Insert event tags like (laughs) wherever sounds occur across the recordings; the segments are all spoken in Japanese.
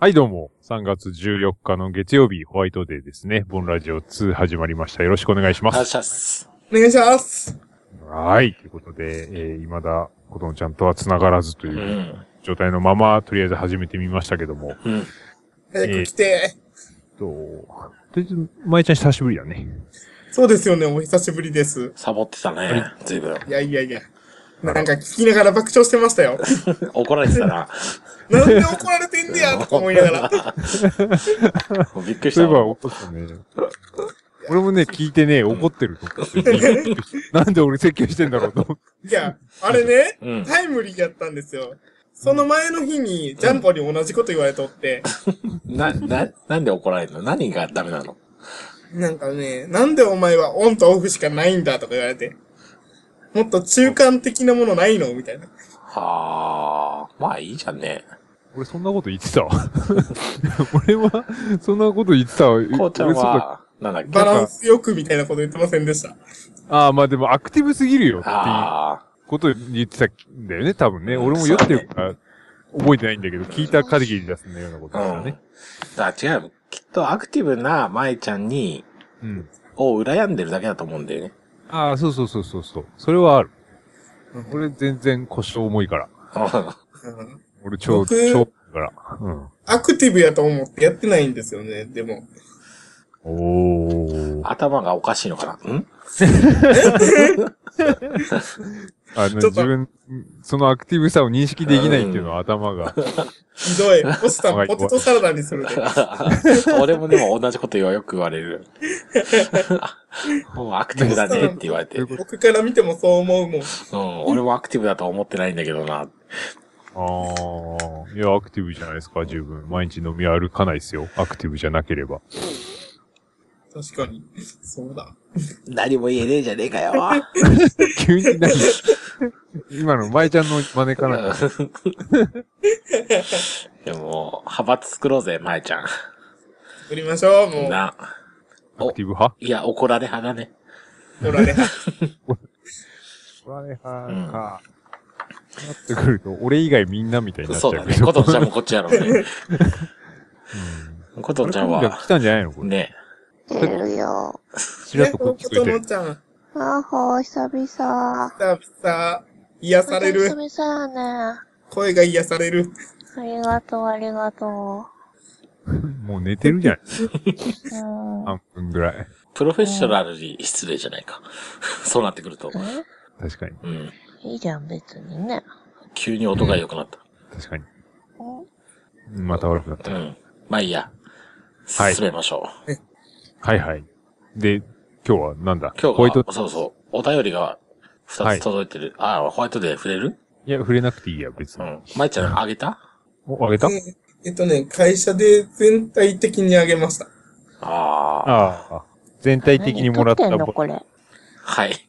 はい、どうも。3月14日の月曜日、ホワイトデーですね。ボンラジオ2始まりました。よろしくお願いします。あしゃっす。お願いします。はい。ということで、えー、未だ、ことのちゃんとは繋がらずとう。いうん状態のまま、とりあえず始めてみましたけども。うん。早く来て。と、とりあえず、まいちゃん久しぶりだね。そうですよね、お久しぶりです。サボってたね。ずいぶん。いやいやいや。なんか聞きながら爆笑してましたよ。怒られてた (laughs) な。なんで怒られてんねやとか思いながら。びっくりしそういえばた。怒ったね。俺もね、聞いてね、怒ってると思って。 (laughs) なんで俺説教してんだろうと思って。いや、あれね、うん。タイムリーやったんですよ。その前の日にジャンボに同じこと言われとって、な、な、なんで怒られるの何がダメなのなんかね、なんでお前はオンとオフしかないんだとか言われて、もっと中間的なものないのみたいな。はあ。まあいいじゃんね。俺そんなこと言って (laughs) たわ。俺は、そんなこと言ってたわ。こうちゃん俺そうだは、なんだっけバランスよくみたいなこと言ってませんでした。ああ、まあでもアクティブすぎるよっていうああ。ことを言ってたんだよね、多分ね。俺も酔ってるから覚えてないんだけど、聞いた限りだそんなようなことだからうんね。。だから違うよ。きっとアクティブな舞ちゃんに、うん。を羨んでるだけだと思うん (laughs) だよね。ああ、そうそうそうそうそう。それはある。俺全然腰重いから。うん俺超、僕超重いから。うん。アクティブやと思ってやってないんですよね、でも。おー。頭がおかしいのか (laughs) なんあの、ちょっ自と分、そのアクティブさを認識できないっていうのは頭が。(laughs) ひどい。ポスタはいーポテトサラダに (laughs) するで。俺もでも同じことよく言われ (laughs) る。もうアクティブだねって言われて。うん、僕から見てもそう思うもん。俺もアクティブだとは思ってないんだけどな。ああ。いや、アクティブじゃないですか、十分。毎日飲み歩かないですよ。アクティブじゃなければ。確かに。そうだ。何も言えねえじゃねえかよ。急に何 (laughs) 今の舞ちゃんの真似かな。でも、派閥作ろうぜ、まえちゃ作りましょう、もん。う。な。アクティブ派いや、怒られ派だね。ほらね。はいいか。なってくると、俺以外みんなみたいになっちゃそううだけね。ど。ことんちゃんもこっちやろうね。ことうんん。ちゃんあれ今度は、来たんじゃないのこれ。ね。来てるよ。ちらっとこう聞こえてねるの。ちゃん、あほ、久々。さあ、癒される。久々だね。声が癒される。ありがとう、ありがともう寝てるじゃん。う。うん。半分ぐらい。プロフェッショナルに失礼じゃないか。そうなってくると。確かに。うん。えいいじゃん、別にね。急に音が良くなっ確かに。うんうんまた悪くなったた。う。ん。まあいいや。はい進めましょう。はいはい。で、今日はなんだ今ホワイ日トが、、そうそう、お便りがは2いつ届いてる。ああ、ホワイトデー触れるいや、触れなくていいや、別うに。ん。まいちゃんあげたお、あげたえーえっとね、会社で全体的にあげました。ああ、ああ。全体的にもらった何撮ってんの、ボこれ。はい。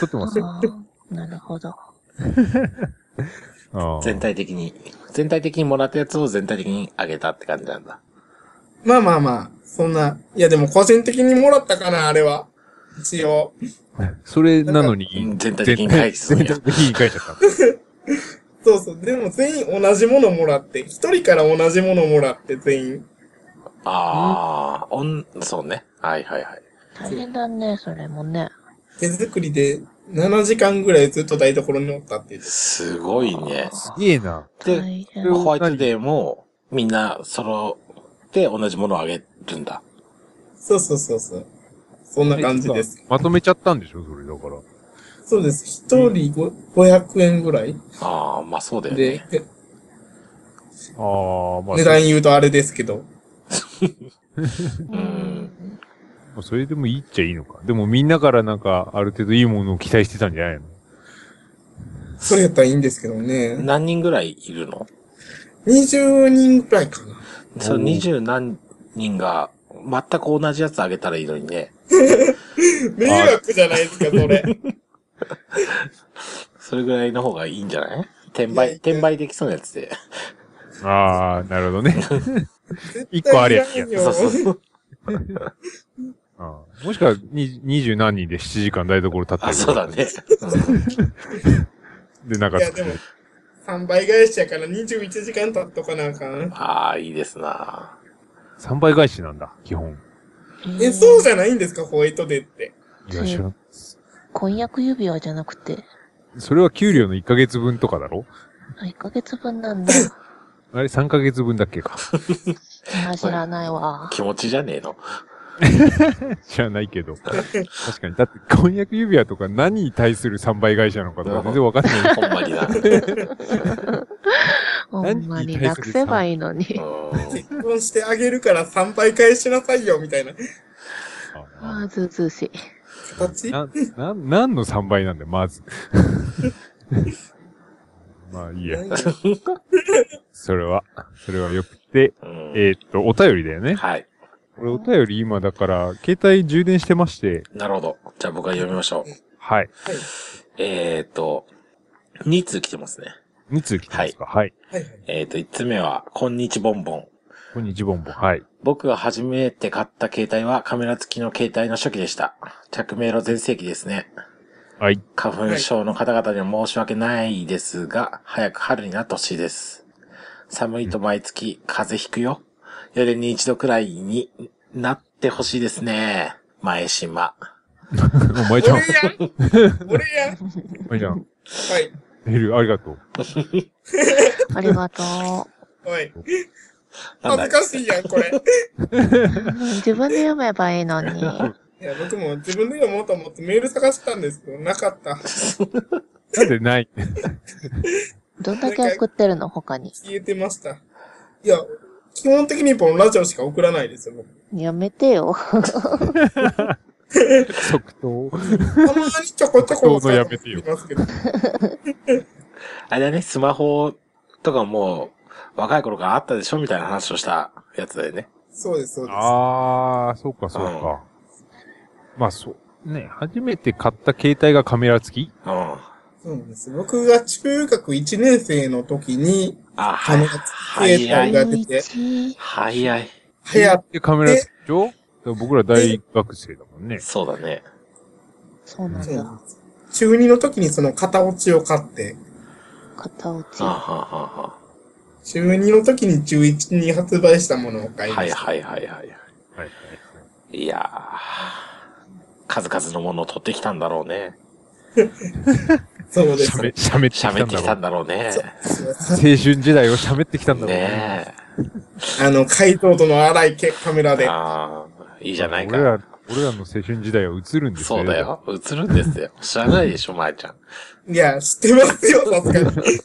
撮ってますよ。あーなるほど。ああ全体的に。全体的にもらったやつを全体的にあげたって感じなんだ。まあまあまあ、そんな。いやでも個人的にもらったかな、あれは。一応。それなのにうん、全体的に返すんや全体的に返しちゃ (laughs) った。そうそう。でも全員同じものもらって、一人から同じものもらって、全員。ああ、おん、そうね。はいはいはい。大変だね、それもね。手作りで7時間ぐらいずっと台所におったって言ってすごいね。すげえな。で、大これを変。ホワイトデーもみんな揃って同じものをあげるんだ。そうそうそうそう。そんな感じです。まとめちゃったんでしょそれだから。そうです。一人ご500円ぐらいああ、まあそうだよでね。、えああ、まあ、値段言うとあれですけど。ううんん。まあそれでもいいっちゃいいのか。でもみんなからなんか、ある程度いいものを期待してたんじゃないのそれやったらいいんですけどね。何人ぐらいいるの20人ぐらいかな。そのおー二十何人が全く同じやつあげたらいいのにね。迷惑じゃないですか、それ。それぐらいの方がいいんじゃない転売、転売できそうなやつで。ああ、なるほどね。一個ありゃ絶対いらんよそうそうそう。ああもしくは、に二十何人で7時間台所立ってる。あ、そうだね。で、なんかいや、でも、 3倍返しやから21時間経っとかなあかん。ああ、いいですな。 3倍返しなんだ、基本。え、そうじゃないんですかホワイトデーって。いや、知らん。婚約指輪じゃなくて、それは給料の1ヶ月分とかだろあ1ヶ月分なんだ。あれ、3ヶ月分だっけか。 (laughs) あ知らないわ。気持ちじゃねえの。知らないけど。確かに。だって、婚約指輪とか何に対する3倍返しなのかとか全然わかんない。ほんまにな。ほんまになくせばいいのに。うん結婚してあげるから3倍返しなさいよ、みたいなああ、ずうずうしい。形な、な、何の3倍なんだよ、ま (laughs) ず。まあ、いいや。それは、それはよくて、うんえーっと、お便りだよね。はい。俺、お便り今だから、携帯充電してまして、なるほど。じゃあ僕が読みましょう。はい。えーっと、2通来てますね。 2通来てますかはい。はいはい。えーっと、1つ目は、こんにちボンボン。こんにちぼんぼん。はい。僕が初めて買った携帯はカメラ付きの携帯の初期でした。着メロ全盛期ですね。はい。花粉症の方々には申し訳ないですが、早く春になってほしいです。寒いと毎月風邪ひくよ。夜に一度くらいになってほしいですね。前島。お前ちゃん、俺やん俺やんお前ちゃん。はい。メール、ありがとう。ありがとはい。なん恥だずかしいやん、これ。う。自分で読めばいいのに。 (laughs) いや、僕も自分で読もうと思ってメール探したんですけど、なかった。なんでないどんだけ送ってるの他に。消えてました。いや、基本的にこのラジオしか送らないですよ、僕。やめてよ。即答。たまにちょこちょこそうそうやめてよいますけど。あれだね、スマホとかもう若い頃からあったでしょみたいな話をしたやつだよね。そうです、そうです。あー、そうか、そうか。まあ、そう。ね、初めて買った携帯がカメラ付きうん。あ、そうなんです。僕が中学1年生の時に、はカメいラ。付き早携帯い。が出て、一早い。流行っで、カメラ付きでしょだから僕ら大学生だもんね。そうだね。そうなんそうなだん。です。中2の時にその片落ちを買って、片落ちあ。ははは中2の時に中1に発売したものを買いまはいした。はいはいはい。はい。いやー、数々のものを取ってきたんだろうね。そう (laughs) です。喋、喋ってきたんだ喋ろってきたんだろうね。青春時代を喋ってきたんだろうね。ねあの、解像度の荒いけカメラえ。で。あーいいじゃない俺か。ら、俺らの青春時代は映るんですそうだ。よ。映るんですよ。知らないでしょ、まえちゃん。いや、知ってますよ、さすがに。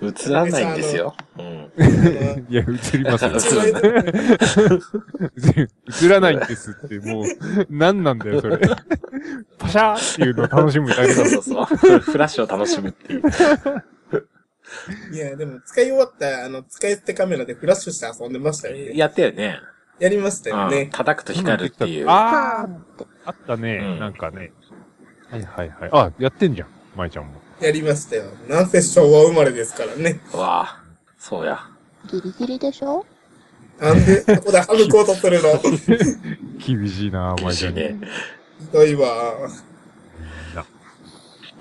映らないんですよ。うん。 (laughs) いや、映りますよ。映るんだよ。映らないんですって、もう、何なんだよ、それ。パシャーっていうのを楽しむだけだそうろ。そうそう。フラッシュを楽しむっていう。いや、でも使い終わった、あの、使い捨てカメラでフラッシュして遊んでましたよね。やったよね。やりましたようん。ね。叩くと光るっていう。あー、って。あったね、うんなんかね。はいはいはい。あ、やってんじゃん、舞ちゃんも。やりましたよ。なんせ昭和生まれですからね。わあ、そうや。ギリギリでしょなんで、ここで省こうとするのひ厳しいな、舞嬉ちしゃいんに。ね。どいわ。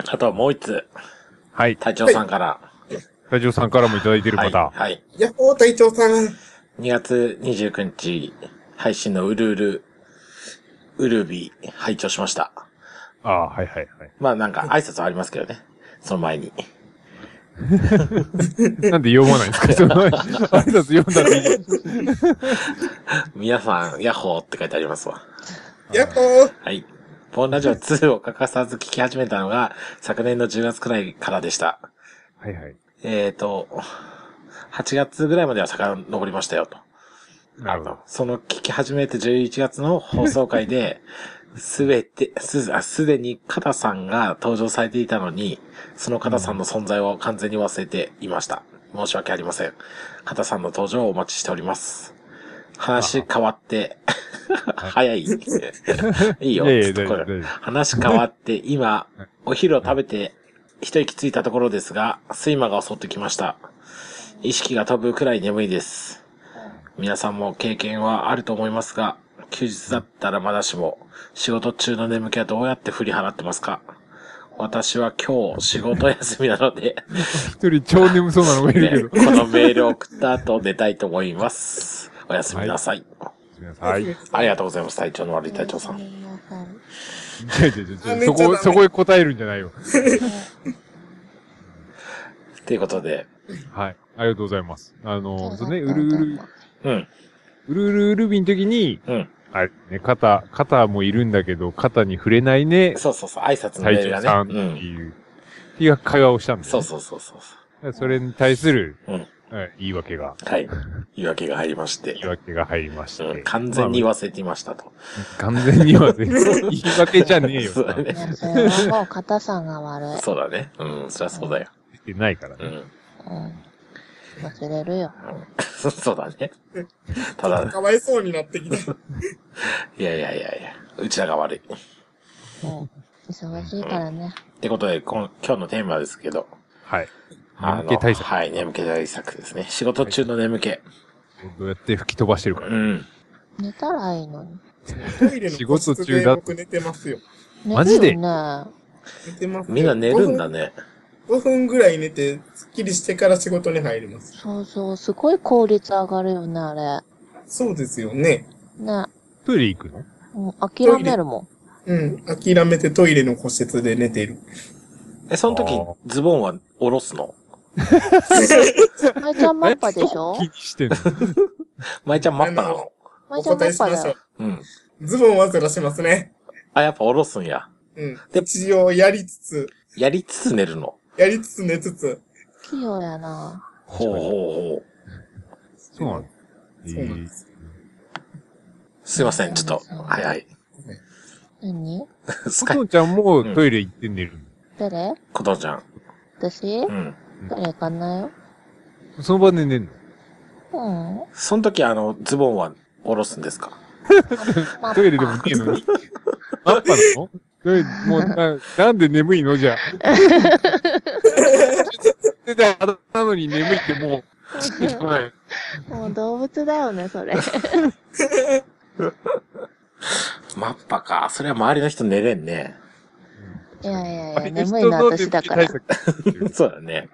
あとはもう一つ、はい。隊長さんから。スタジオさんからもいただいてるはい。方。はい。やっほー、隊長さん。 2月29日、配信のうるうる、うるび、拝聴しました。ああ、はいはいはまあなんか挨拶はありますけどね。その前に。い。なんで読まないんですか (laughs) その挨拶読んだらいいじゃん皆さん、ヤッホーって書いてありますわ。やっほー。はい。ポンラジオ2を欠かさず聞き始めたのが、昨年の10月くらいからでした。はいはい。えーと、8月ぐらいまでは遡りましたよと。なるほど。その聞き始めて11月の放送 (laughs) 回で、すべて、す、あすでにカタさんが登場されていたのに、そのカタさんの存在を完全に忘れていました。申し訳ありません。カタさんの登場をお待ちしております。話変わって、(laughs) 早い。いいよ。いやいやちょっとこれ大丈夫大丈夫話変わって、今、お昼を食べて、一息ついたところですが、睡魔が襲ってきました。意識が飛ぶくらい眠いです。皆さんも経験はあると思いますが、休日だったらまだしも、仕事中の眠気はどうやって振り払ってますか私は今日仕事休みなので、一人超眠そうなのがいるけねどこ。のメールを送った後寝たいと思います。おやすみなさい。はい。じありがとうございます、隊長の悪い隊長さん。ん。ゃあじゃあじゃああ寝ちゃダメそこ、そこへ答えるんじゃないよ。ということで、はい。ありがとうございます。あの、そうね、うるうる、うん、うるうるうるびの時に、うん。あれ、ね、肩、肩もいるんだけど、肩に触れないね、そうそうそう、挨拶のメ隊ール長がさんね。ってうん。いう、っていう会話をしたんです、そうね。そうそうそう。う。それに対する、うんはい言い訳が、はい。言い訳が入りまして言い。訳が入りましうて。ん、完全に忘れていましたと。完全には全然言い訳じゃねえよ。そうだ言ねい。や、それはもう硬さが悪 (laughs) い。そうだね。うん、そりゃそうだよ。ってないからうね。ん。 (laughs) うん。忘れるよ。そうだね。ただ、かわいそうになってきた。いやいやいやいや、うちらが悪い。っうん。忙しいからね。てことで、こん今日のテーマですけど。はい。あの眠気対策はい、眠気対策ですね。仕事中の眠気。どうやって吹き飛ばしてるかう。ん。寝たらいいのに。トイレの個室で僕寝てますよ。寝マジでてるよね。寝てますよ。みんな寝るんだね。 5分。5分ぐらい寝て、スッキリしてから仕事に入ります。そうそう、すごい効率上がるよね、あれ。そうですよね。ね。トイレ行くのうん、諦めるもん。うん。諦めてトイレの個室で寝て (laughs) る。え、その時あー、ズボンは下ろすの舞ちゃんマッパでしょ気にしてんの舞ちゃん待ったなの舞おちゃんマ答えッしパまだしょよ。う。うん。ズボンはずらしますね。あ、やっぱ下ろすんや。うん。で一応やりつつ、やりつつ寝るの。やりつつ寝つつ。器用やな。ほうほうほう。そうなのえそうなんーで、す。すいません、ちょっと。そうはいはい。何スおカイ、父ちゃんもトイレ行って寝る誰ことちゃん。私うん。誰行かないよ。のその場で寝るのうん。その時、あの、ズボンは下ろすんですかマッパトイレでもねえのに。マッパなのトイレもうな、なんで眠いの (laughs) じゃあ。で、で、あだなのに眠いってもう、はい。もう動物だよね、そ (laughs) れ。マッパか。それは周りの人寝れんね。いやいやいあや、れ眠いの人私だから。眠気対策っていう (laughs) そうだね。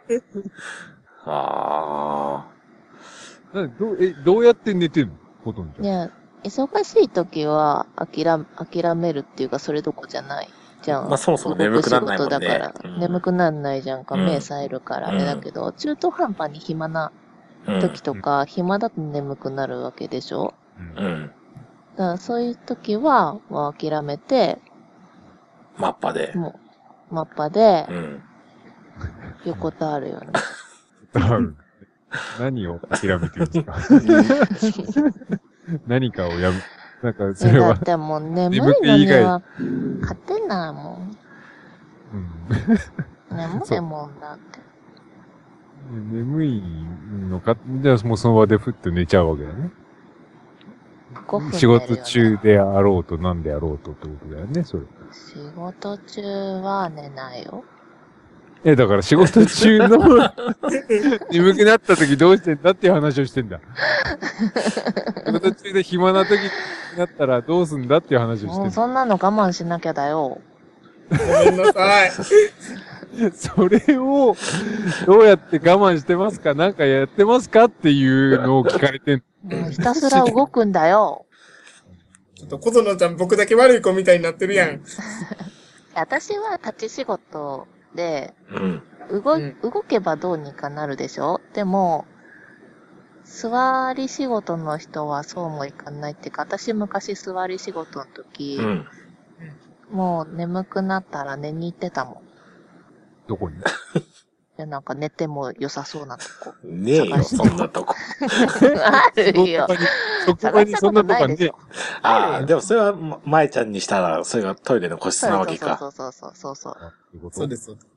あなんどう、え、どうやって寝てんのほとんどい。や、忙しい時は諦め、諦めるっていうか、それどこじゃない。じゃん。まあそもそも眠くなんないもんね動く仕事だから、うん眠くなんないじゃんか、うん目冴えるからあれだけど、中途半端に暇なあ。うん。時とか、暇だと眠くなるわけでしょうんうん。だからそういう時は、もう諦めて、マッパで。もう、マッパでう、ん。横たわるよね。 (laughs) 何を諦めてるんです (laughs) か何かをや (laughs) め、なんか、 (laughs) それだはっ、てもう眠い眠の気以に外は、勝てないもん。うん眠そういもんだって。眠いのか、じゃあもうその場でふっと寝ちゃうわけだね。 5分仕寝る事よ中ねであろうと何であろうとってことだよね、それ。仕事中は寝ないよ。え、だから仕事中の (laughs) 眠くなった時どうしてんだっていう話をして (laughs) んだ。仕事中で暇な時になったらどうすんだっていう話をもうしてそんなの我慢しなきゃだよ。ごめんなさい。んだ。それをどうやって我慢してますかなんかやってますかっていうのを聞かれてんもうひたすら動くんだよ。ちょっと小園ちゃん僕だけ悪い子みたいになってるやん。私は立ち仕事で、うん。動い、うん動けばどうにかなるでしょでも、座り仕事の人はそうもいかないっていうか、私昔座り仕事の時、うん。。もう眠くなったら寝に行ってたもん。どこにでなんか寝ても良さそうなとこねえよ、そんなとこ。あるよ。職場にそんなとこはねえ、ああ、でもそれは、ま舞ちゃんにしたら、それがトイレの個室なそわうけそうか。そうそうそうそうそう。ってことそうです、そうです。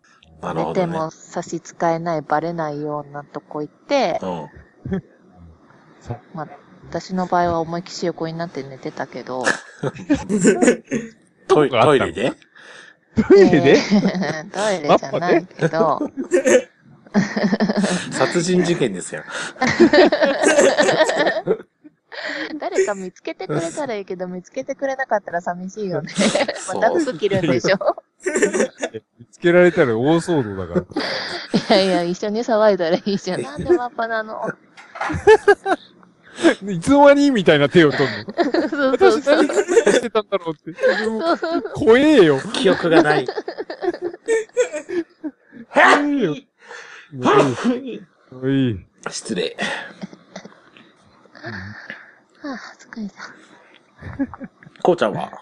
なる寝ほてどね。も差し支えない、バレないようなとこ行って、うん。私の場合は思いっきし横になって寝てたけど。トイどこがあトっイたレので (laughs) トイレでトイレじゃないけど、殺人事件 (laughs) ですよ。誰か見つけてくれたらいいけど、見つけてくれなかったら寂しいよね。まそうた服着るんでしょ見つけられたら大騒動だから。いやいや、一緒に騒いだらいいじ (laughs) ゃん。なんでマッパなの (laughs) (laughs) いつの間にみたいな手を取るの。そうそうそう (laughs) 私何してたんだろうって。で (laughs) もそうそう。怖えよ。記憶が (laughs) ない。怖えよ。もういい。失礼。はあ、疲れた。こうちゃんは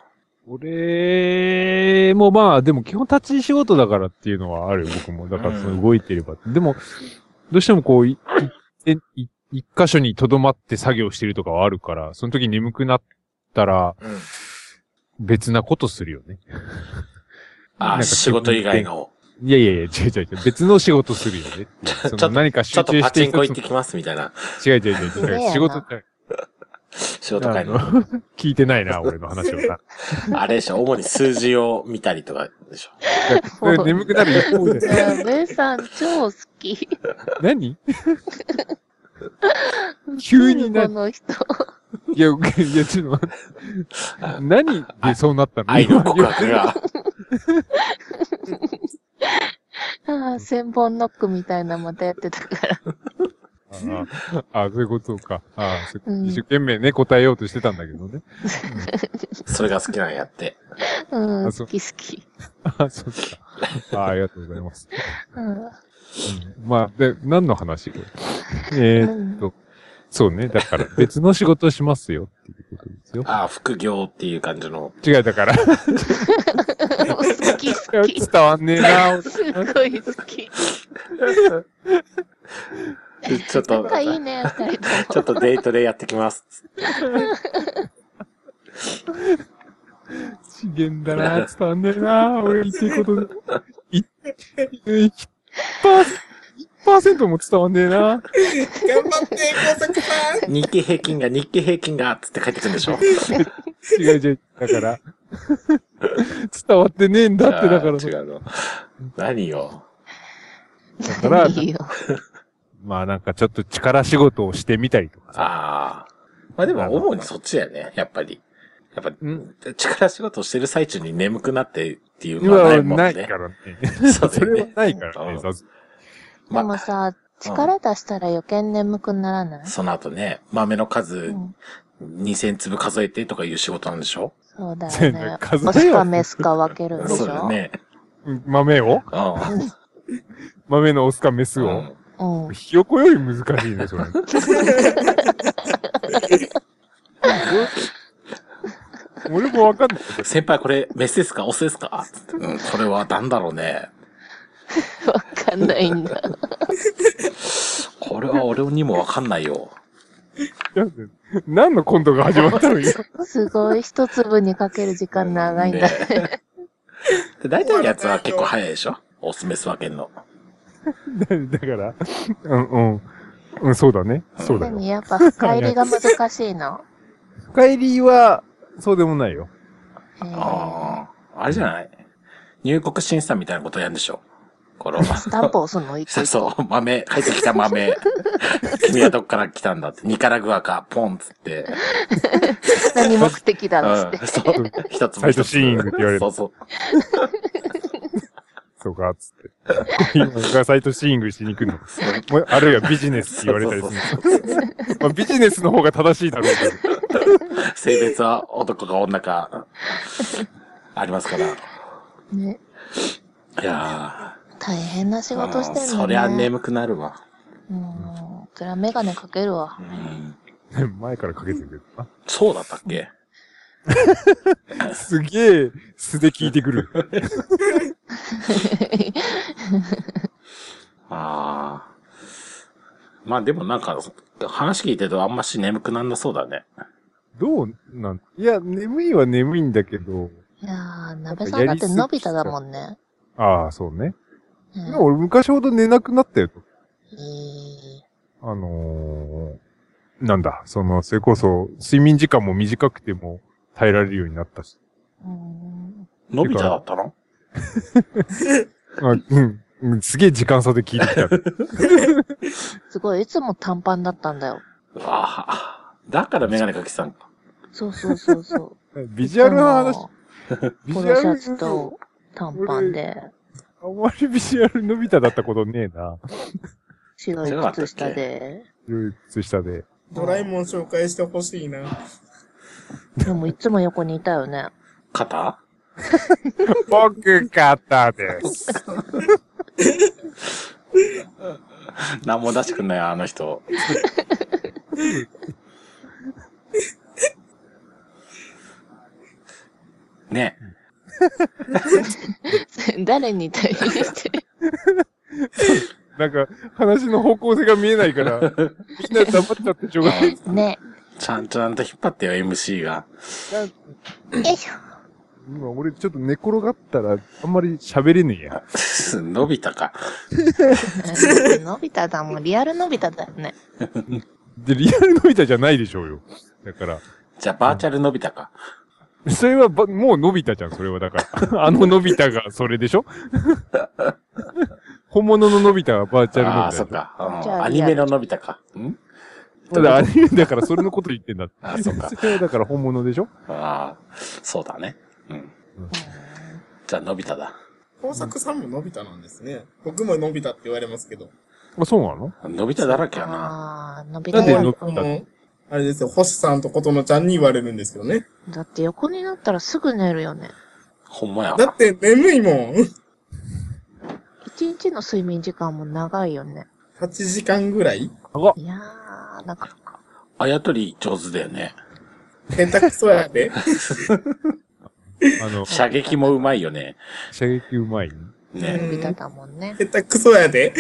俺もまあ、でも基本立ち仕事だからっていうのはあるよ、僕も。だからその動いてれば。でも、どうしてもこう、いいい一箇所に留まって作業してるとかはあるから、その時眠くなったらうん。別なことするよね。なんあ、か仕事以外の。いやいやいや、違う違う違う。別の仕事するよね。そ (laughs) ちょの何かちょ集中っとパしチてンコ行一ってきますみたいな。つ。違う違う違う違う。仕事じゃない仕事会の。あの聞いてないな、俺の (laughs) 話をな。あれでしょ主に数字を見たりとかで (laughs) しょ俺眠くなる一方 (laughs) で。あベイさん超好き。 (laughs) 何急にこ何の人。いや、いや、ちょっと待って。何でそうなったの愛の告今白が。ああ、千本ノックみたいなまたやってたから。ああ、あそういうことか。ああ、そううん一生懸命ね、答えようとしてたんだけどね。それが好きなんやって。うん、あそう好き好き。あそうか。ああ、ありがとうございます。うん。うんまあ、で、何の話これえーっと、そうね。だから、別の仕事をしますよっていうことですよ。あ、副業っていう感じの。違う、だから。好き好き。伝わんねえな。すごい好き。ちょっと、 (laughs) 仲いいね、二人とも。ちょっとデートでやってきます。 (laughs) 資源だな、伝わんねえな。俺言ってること、い、い、1%も伝わんねえな。頑張って、工作さん日経平均が、日経平均が、つって帰ってくるんでしょ違う違う。だから。伝わってねえんだって、だから。違うの。何よ。だから、いいよ。まあなんかちょっと力仕事をしてみたりとかさ。ああ。まあでも、主にそっちだよね、やっぱり。やっんぱ、力仕事をしてる最中に眠くなってっていうの今はないはもんね。 (laughs) ないからね。そうだそよれはね。ないからうんね。さすでもさ、力出したら余計眠くならないその後ね、豆のう数ん。 2000粒数えてとかいう仕事なんでしょそうだよ全ね然。数えよオスかメスか分けるんでしそうだよょね。豆をうん。豆のオスかメスうをんうん。ひよこより難しいね、そ (laughs) れ。俺もわかんない。先輩これ、メスですかオスですかつってうん、それはなんだろうね。わかんないんだ。これは俺にもわかんないよ。何のコントが始まったの今。すごい、一粒にかける時間長いんだ。ね。で大体のやつは結構早いでしょオスメス分けんの。だから、うん、うん。うん、そうだね。そうだよ。何やっぱ深入りが難しいの。深入りは、そうでもないよ。へーああ、あれじゃない入国審査みたいなことやるんでしょこ (laughs) の、スタンプ押すのいつそうそう、豆、入ってきた豆。君はどっから来たんだって。ニカラグアか、ポンっつって。何目的だろうっん、て。そう、一つサも一つもイトシーイングって言われるそうそう。そうか、つ (laughs) って。今がサイトシーイングしに行くの。もうあるいはビジネスって言われたりするそうまあ。ビジネスの方が正しいだろうけど。性別は男か女か、ありますから。いね、や大変な仕ー事してんのね。そりゃ眠くなるわ。うん。そりゃメガネかけるわ (laughs) う。ん。前からかけてるけどそうだったっけな。すげえ素で聞いてくる。ああ。まあでもなんか、話聞いてるとあんまし眠くなんなそうだね。どうなんいや、眠いは眠いんだけど。いやー、鍋さんだって伸びただもんね。ああ、そうね。うでんも俺昔ほど寝なくなったよ。いいあのー、なんだ、その、それこそ、睡眠時間も短くても耐えられるようになったし。うんのび太だったのあうん、うん、すげえ時間差で聞いてきた。すごい、いつも短パンだったんだよ。ああ。だからメガネかけてたんか。そうそうそうそう。 (laughs) ビジュアルの話いビジつも、ポュロアシャルツと短パンで。あんまりビジュアル伸びただったことねえな。白い靴下で。ルーツ下で。ドラえもん紹介してほしいな。でもいつも横にいたよね。 (laughs) 肩僕肩です。何も出してくんないよ、あ (laughs) の人。ね誰に対して。なんか、話の方向性が見えないから、みんな黙っちゃってしょうがない。 (laughs) ね。ちゃんちゃんと引っ張ってよ、MC が。 (laughs) よい (laughs) しょ。今俺ちょっと寝転がったら、あんまり喋れねえや。伸びたか。のび太だもん。リアルのび太だよね。で、リアルのび太じゃないでしょうよ。だから。じゃあ、バーチャル伸びたか。それはば、もうのび太じゃん、それはだから。あ (laughs) ののび太がそれでしょ (laughs) 本物ののび太はバーチャルのあびあ、そ太っでしょ。か。うんじゃあアニメの伸びたか。んただアニメだからそれのこと言ってんだって。ああ、そっか。それはだから本物でしょああ、そうだね。うん。じゃあ、伸びただ。工作さんものび太なんですね。僕ものび太って言われますけど。あ、そうなの伸びただらけやな。ああー、のびなん太でだのとび太ね。もうあれですよ、星さんと琴乃ちゃんに言われるんですけどね。だって横になったらすぐ寝るよね。ほんまや。だって眠いもん。一日の睡眠時間も長いよね。 8時間ぐらいあ、いやー、なんか、あやとり上手だよね。下手くそやで。あ (laughs) の、射撃もうまいよね。射撃うまい。ね。のび太だもんね。下手くそやで。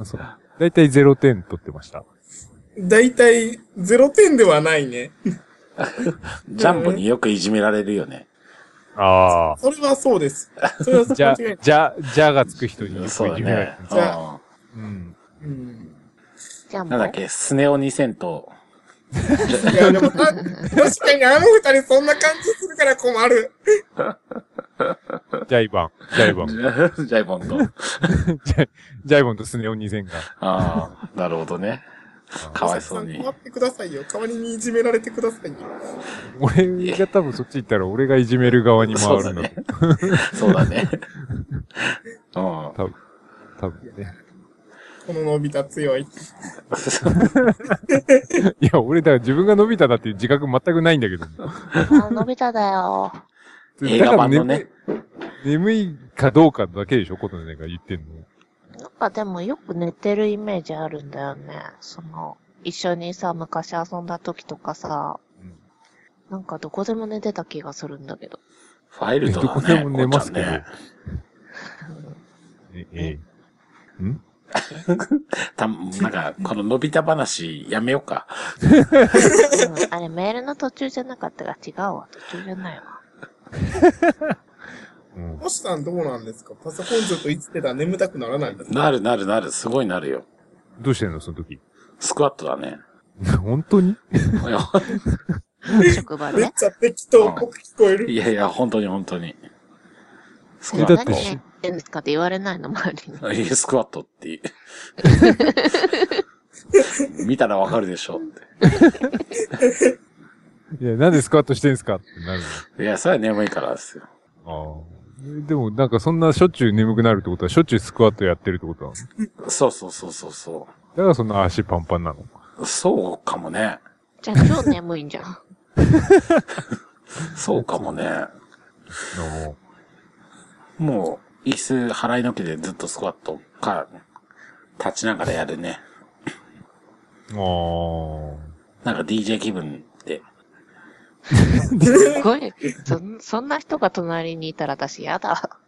あそうだいたい0点取ってました。だいたい0点ではないね。ジャンボによくいじめられるよね。あそれはそうです。それはあ。そうじゃ間違いない、。じゃ、じゃがつく人によくそうだ言うねね。じゃううん。うん。じゃあんもなんだっう、け、スネオ2000と、いや、でも、た確かにあの二人そんな感じするから困る。ジャイバン。ジャイバン (laughs) ジ。ャイボンと。ジャイジャイボンとスネオ2000が。ああ、なるほどね。かわいそうに困。ってくださいよ。代わりにいじめられてくださいよ。俺が多分そっち行ったら俺がいじめる側にそ回うだるの。ね。そうだね。うん。多分。多分ね。この伸びた強い。いや、俺だから自分が伸びただっていう自覚全くないんだけど。あのび太だよ。映画版のね。眠いかどうかだけでしょことねが言ってんの。なんかでもよく寝てるイメージあるんだよね。その、一緒にさ、昔遊んだ時とかさ、うんなんかどこでも寝てた気がするんだけ (laughs) ど。ファイルドだね。どこでも寝ますけどこうちゃんねえ、ええ。んた、なんか、この伸びた話、やめようか。うんあれメールの途中じゃなかったら違うわ。途中じゃな (laughs) いわ。うん。星さんどうなんですかパソコンずっといじってたら眠たくならないんですかなるなるなる、すごいなるよ。どうしてんのその時。 (laughs) スクワットだね。本当に職場 (laughs) めっで。ちゃ適当っぽく聞こえいる。やいや、本当に本当に。スクえワだっ何て寝てんですかって言われないの、周りに。ット。いや (laughs) スクワットって言う見たらわかるでしょっいや、なんでスクワットしてんすかってなるて。いや、それは眠いからですよ。の。ああ。でも、なんかそんなしょっちゅう眠くなるってことは、しょっちゅうスクワットやってるってことなのだそうそうそうそうそからそんな足パンパンなの。う。そうかもね。じゃあ今日眠いんじゃん。そうかもね。のもう、椅子払いのけでずっとスクワットか、立ちながらやるね。あなんか DJ 気分で。す (laughs) ごい。そ、そんな人が隣にいたら私やだ。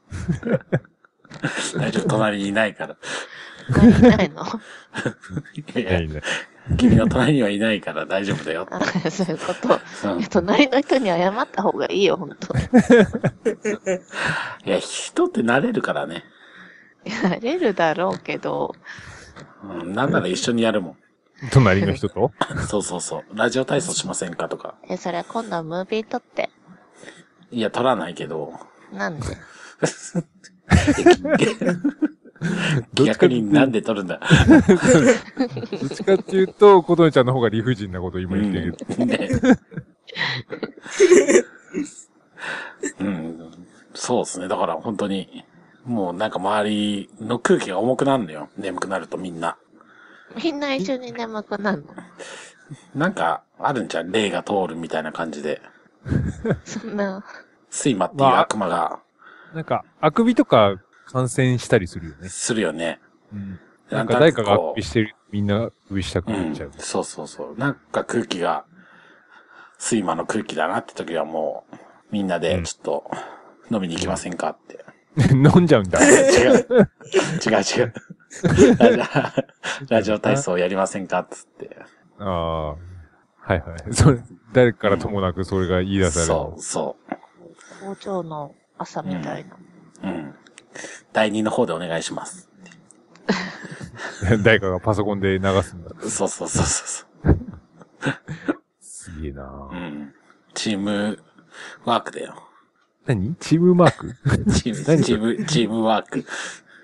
大丈夫、隣にいないから。隣にいないの。 (laughs) いあ。やいいいや、ね。君の隣にはいないから大丈夫だよ。あそういうこと。うんいや隣の人に謝った方がいいよ、本当いや、人って慣れるからね。やれるだろうけど、うん、なんなら一緒にやるも隣の人とん。そうそうそう。ラジオ体操しませんかとか。え、それ今度ムービー撮って。いや、取らない (laughs) けど。なんで逆になんで取るん (laughs) だ。どっちかっていうと、琴音ちゃんの方が理不尽なことう今言っん。てねるけど。うん。そそうですね。だから本当に、もうなんか周りの空気が重くなるのよ。眠くなるとみんな。みんな一緒に眠くなるの。なんか、あるんじゃん。霊が通るみたいな感じで。そんな、睡魔っていう悪魔がなんか、あくびとか感染したりするよね。するよね。うん。なんか誰かがあくびしてる、みんなあくびしたくうなっんちゃう。。そうそうそう。なんか空気が、睡魔の空気だなって時はもう、みんなでちょっと飲みに行きませんかって。 (laughs) (laughs) 飲んじゃうんだ。違う。違う違う。ラジオラジオ体操やりませんかっつって。ああ。はいはい。それ、誰からともなくそれが言い出される。そう、そ工場の朝みたいな。う。うん。第二の方でお願いします。 (laughs) 誰かがパソコンで流すんだ。そうそうそうそうそすげえなう。うん。チームワークだよ。何チームマークチーム、何チーム、チームワーク。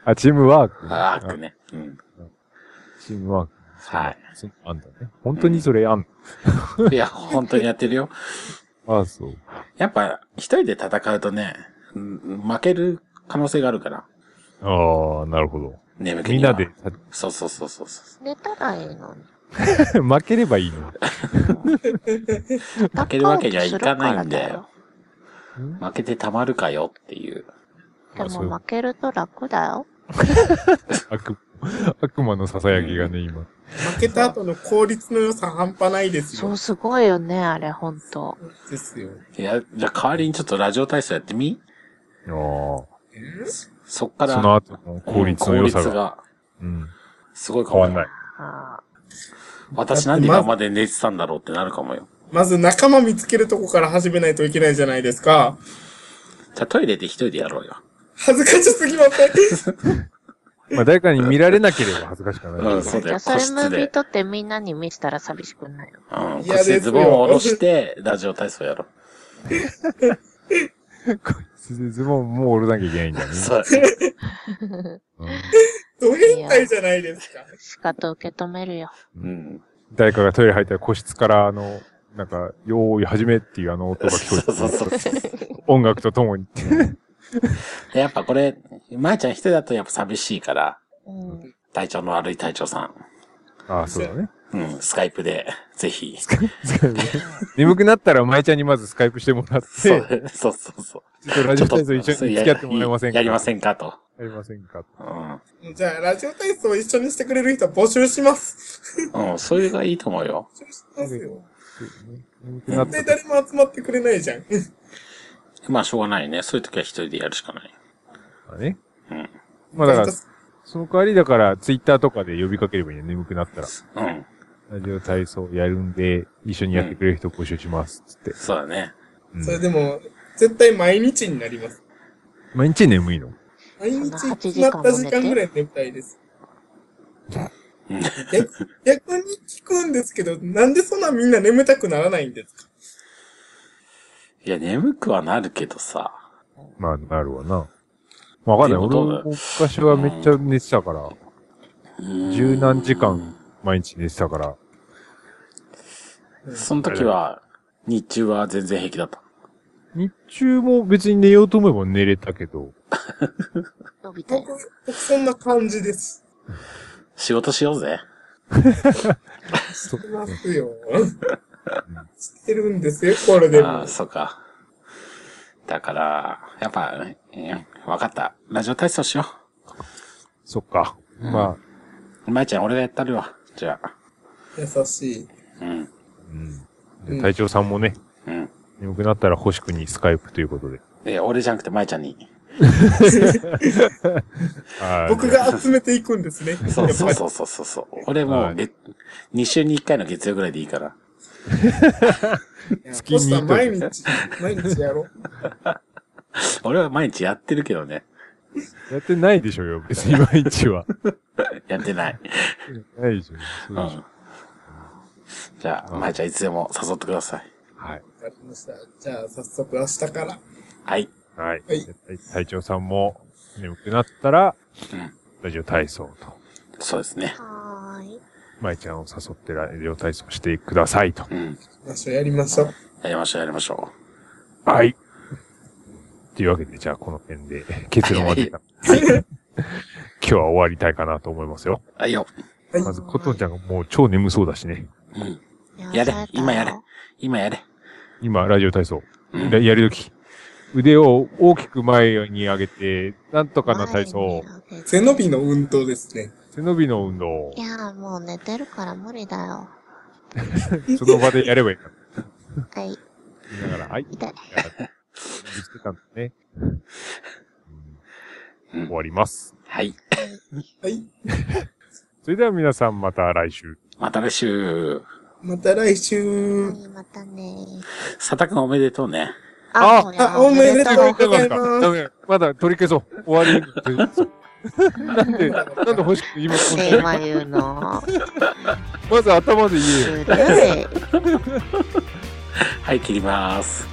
あ、チームワーク。ワークね。うん。あチームワーク。はいそ。あんだね。本当にそれあん、いや、本当にやってるよ。ああ、そう。やっぱ、一人で戦うとね、うん負ける可能性があるから。ああ、なるほど。眠気みんにはなで。、そうそうそうそうそ寝たらいいのに。 (laughs) 負ければいいの。負けるわけにはいかないんだよ。うんう。負けてたまるかよっていう。でまあそういうも負けると楽だよ。悪、悪魔の囁きがね、今。負けた後の効率の良さ半端ないですそよう、。すごいよね、あれ、ほんと。ですよ。いや、じゃあ代わりにちょっとラジオ体操やってみあそっかあ。ら。その後の効率の良さ効率が。がうん。すごい変変わわるんない。ああ私なんで今まで寝てたんだろうってなるかもよ。まず仲間見つけるとこから始めないといけないじゃないですか。じゃあトイレで一人でやろうよ。恥ずかしすぎません。まあ、誰かに見られなければ恥ずかしくはない。うん、そうじだゃあ、よ。そ個れ室ムービーで。撮ってみんなに見せたら寂しくないよ。うん、嫌個で室すよでズボンを下ろして、ラジオ体操やろズボンもう折らなきゃいけないんだね (laughs) う。。そう。うんド変態じゃないですか。仕方受け止めるよ。うん。誰かがトイレ入ったら個室から、あの、なんか、用意始めっていうあの音そうが聞そうこえてくそうる、音楽とともに。やっぱこれ、まえちゃん一人だとやっぱ寂しいから、うん。体調の悪い隊長さん。ああ、そうだね。うん、スカイプで、ぜひ。眠くなったら、まいちゃんにまずスカイプしてもらって、ちそょう、 (laughs) そうそうそう。っとラジオ体操一緒そうに付き合ってもらえませんかやりまん。せんかと。やりませんか。うじゃあ、ラジオ体操を一緒にしてくれる人募集します。ん。うん、それがいいと思うよ。募集しますよ。眠くなっ絶対た。誰も集まってくれないじゃん。まあ、しょうがないね。そういう時は一人でやるしかない。からね。うん。 (laughs) まあだから、その代わりだから、ツイッターとかで呼びかければいいね、眠くなったら。うん。ラジオ体操やるんで、一緒にやってくれる人募集します、つって。そうだね。うんそれでも、絶対毎日になります。毎日眠いの毎ん日な8決時ま間っもた寝て時間ぐらい眠たいです。うん逆逆に聞くんですけど、なんでそんなみんな眠たくならないんですかいや、眠くはなるけどさ。まあ、なるわな。まあわかんない。っていうことだ俺も昔はめっちゃ寝てたから、十何時間毎日寝てたから、その時は、日中は全然平気だった。日中も別に寝ようと思えば寝れたけど、伸びて僕、。僕そんな感じです。仕事しようぜ。そいます (laughs) よ。してるんですよ、これあでもあ、。そうか。だから、やっぱ、うんわかった。ラジオ体操しよそっか。まあ、う。まいちゃん、俺がやったるわ。じゃあ。優しい。うん。うん。で隊長さんもね、うん。眠くなったら星くにスカイプということで。え、俺じゃなくて、まいちゃんに。あー僕。が集めていくんですね。そうそうやっぱそうそうそうそう。俺もう、げ2週に1回の月曜ぐらいでいいから。り月にポスター毎日、毎日やろう。俺は毎日やってるけどね。やってないでしょうよ、別に毎日は。やってない。ないでしょ。そううでしょん。じゃあ、まいちゃん、いつでも誘ってください。はい。わかりました。じゃあ、早速明日から。はい。はいはい。隊長さんも眠くなったらうん、ラジオ体操と、そうですね。はーい。舞ちゃんを誘ってラジオ体操してくださいと。うん。 (laughs) ましょう、やりましょう。やりましょう、やりましょはい。っていうわけで、じゃあこの辺で結論は出た。今日は終わりたいかなと思いますよ。あ、いいよ。はいまず、コトンちゃんがもう超眠そうだしね。うん。ややれさた今やれ今やれ。今、ラジオ体操。うんらやるとき。腕を大きく前に上げて、なんとかな体操。前に背伸びの運動ですね。背伸びの運動い。やーもう寝てるから無理だよ。その場でやればいいから。はい、だから、はい。痛い。やっぱぶつけたんだね。ううんん終わります。はい。はい。それでは皆さんまた来週。また来週。また来週。はい、またねー。佐田くんおめでとうね。あそうやあ、おめでとあうございダます。メだまだ取り消そう。終 (laughs) わり。なんで、なんで欲しくて今こんテーなマ言うの。まず頭で言えよ。ずるい。はい、切ります。